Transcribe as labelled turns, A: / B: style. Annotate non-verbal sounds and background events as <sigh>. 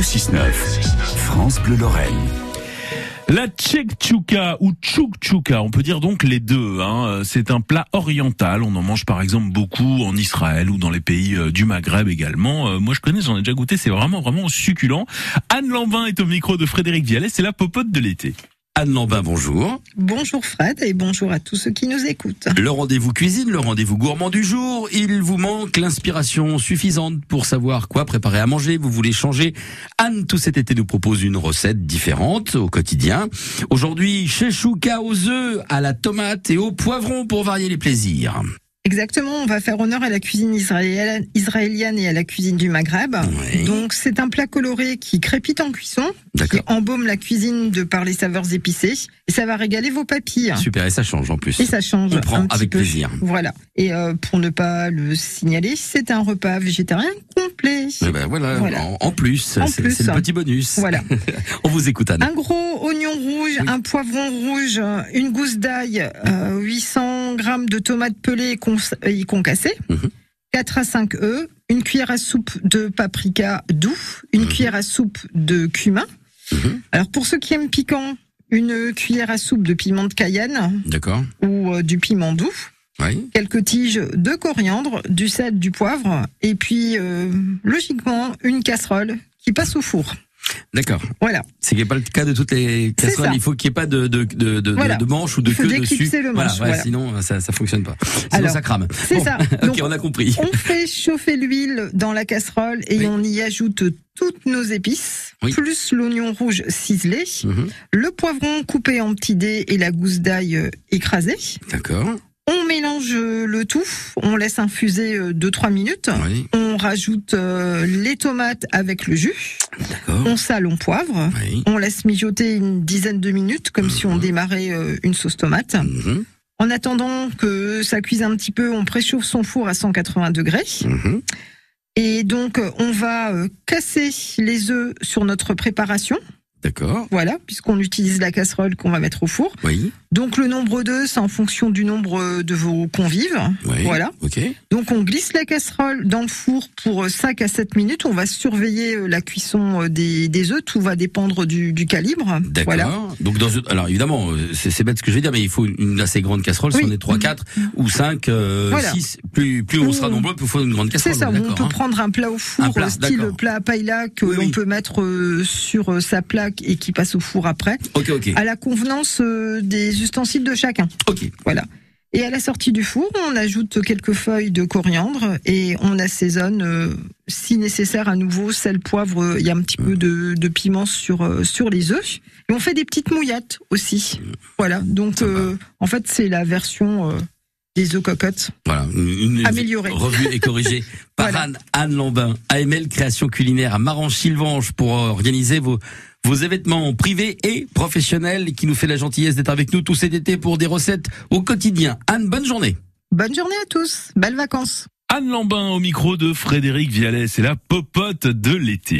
A: 6-9, France Bleu-Lorraine.
B: La tchekchouka ou tchoukchouka, on peut dire donc les deux. Hein. C'est un plat oriental. On en mange par exemple beaucoup en Israël ou dans les pays euh, du Maghreb également. Euh, moi, je connais, j'en ai déjà goûté. C'est vraiment vraiment succulent. Anne Lambin est au micro de Frédéric Vialet. C'est la popote de l'été.
C: Anne Lambin, bonjour.
D: Bonjour Fred et bonjour à tous ceux qui nous écoutent.
C: Le rendez-vous cuisine, le rendez-vous gourmand du jour, il vous manque l'inspiration suffisante pour savoir quoi préparer à manger, vous voulez changer. Anne, tout cet été, nous propose une recette différente au quotidien. Aujourd'hui, chouka aux œufs, à la tomate et au poivron pour varier les plaisirs.
D: Exactement, on va faire honneur à la cuisine israélienne, israélienne et à la cuisine du Maghreb.
C: Oui.
D: Donc c'est un plat coloré qui crépite en cuisson, qui
C: D'accord.
D: embaume la cuisine de par les saveurs épicées et ça va régaler vos papilles.
C: Super, et ça change en plus.
D: Et ça change
C: On prend
D: un petit
C: avec
D: peu.
C: plaisir.
D: Voilà. Et euh, pour ne pas le signaler, c'est un repas végétarien complet.
C: Eh ben voilà,
D: Voilà.
C: En, en plus,
D: En
C: c'est
D: plus. hein.
C: c'est le petit bonus.
D: Voilà.
C: On vous écoute, Anne.
D: Un gros oignon rouge,
C: Oui.
D: un poivron rouge, euh, une gousse d'ail, euh, 800 grammes de tomates pelées et cons- et concassées,
C: Mhm.
D: 4 à 5 œufs, une cuillère à soupe de paprika doux, une
C: Mhm.
D: cuillère à soupe de cumin.
C: Mhm.
D: Alors pour ceux qui aiment piquant, une cuillère à soupe de piment de Cayenne
C: D'accord.
D: ou euh, du piment doux,
C: Oui.
D: quelques tiges de coriandre, du sel, du poivre, et puis euh, logiquement une casserole qui passe au four.
C: D'accord.
D: Voilà.
C: C'est qu'il n'y a pas le cas de toutes les
D: C'est
C: casseroles.
D: ça.
C: Il faut qu'il n'y ait pas de, de, de, de,
D: Voilà.
C: de manche ou de
D: Il faut
C: queue
D: déclipser
C: dessus.
D: le
C: Voilà,
D: manche,
C: ouais,
D: voilà.
C: Sinon, euh, ça ne fonctionne pas. Sinon,
D: Alors,
C: ça crame.
D: C'est
C: Bon,
D: ça.
C: <laughs> ok, on a compris.
D: On fait chauffer l'huile dans la casserole et
C: Oui.
D: on y ajoute toutes nos épices,
C: Oui.
D: plus l'oignon rouge ciselé,
C: Mhm,
D: le poivron coupé en petits dés et la gousse d'ail euh, écrasée.
C: D'accord.
D: On mélange euh, le tout, on laisse infuser 2-3 minutes.
C: Oui,
D: On rajoute euh, les tomates avec le jus,
C: d'accord.
D: on sale, on poivre.
C: Oui.
D: On laisse mijoter une dizaine de minutes, comme si on
C: Mhm.
D: démarrait euh, une sauce tomate.
C: Mhm,
D: En attendant que ça cuise un petit peu, on préchauffe son four à 180 degrés.
C: mhm,
D: Et donc, euh, on va euh, casser les œufs sur notre préparation.
C: D'accord.
D: Voilà, puisqu'on utilise la casserole qu'on va mettre au four.
C: Oui.
D: Donc, le nombre d'œufs, c'est en fonction du nombre euh, de vos convives.
C: Oui.
D: Voilà.
C: Ok.
D: Donc, on glisse la casserole dans le four pour euh, 5 à 7 minutes. On va surveiller euh, la cuisson euh, des, des œufs. Tout va dépendre du, du calibre.
C: D'accord.
D: Voilà.
C: Donc dans une- alors évidemment, euh, c'est c'est bête ce que je vais dire, mais il faut une assez grande casserole. Si
D: Oui. Mhm.
C: on est 3, 4 ou 5,
D: Voilà.
C: 6, plus, plus on
D: Ou-
C: sera nombreux, plus il faut une grande
D: C'est
C: casserole.
D: ça, on
C: D'accord.
D: peut
C: hein.
D: prendre un plat au four,
C: Un plat,
D: euh, style
C: d'accord.
D: plat à paella que
C: Oui,
D: l'on
C: oui.
D: peut mettre euh, sur euh, sa plaque et qui passe au four après,
C: Ok, ok.
D: à la convenance euh, des ustensiles de chacun.
C: Ok.
D: Et à la sortie du four, on ajoute quelques feuilles de coriandre et on assaisonne, euh, si nécessaire, à nouveau sel, poivre. euh, Il y a un petit peu de, de piment sur euh, sur les œufs. Et on fait des petites mouillates aussi. Voilà. Donc,
C: Ça va.
D: euh, en fait, c'est la version euh, des œufs cocottes.
C: Voilà, une, une
D: Améliorée.
C: revue et
D: <laughs>
C: corrigée par
D: Voilà.
C: Anne, Anne Lambin, AML Création Culinaire à Marange-Sylvange pour organiser vos vos événements privés et professionnels qui nous fait la gentillesse d'être avec nous tout cet été pour des recettes au quotidien. Anne, bonne journée.
D: Bonne journée à tous. Belles vacances.
B: Anne Lambin au micro de Frédéric Vialet. C'est la popote de l'été.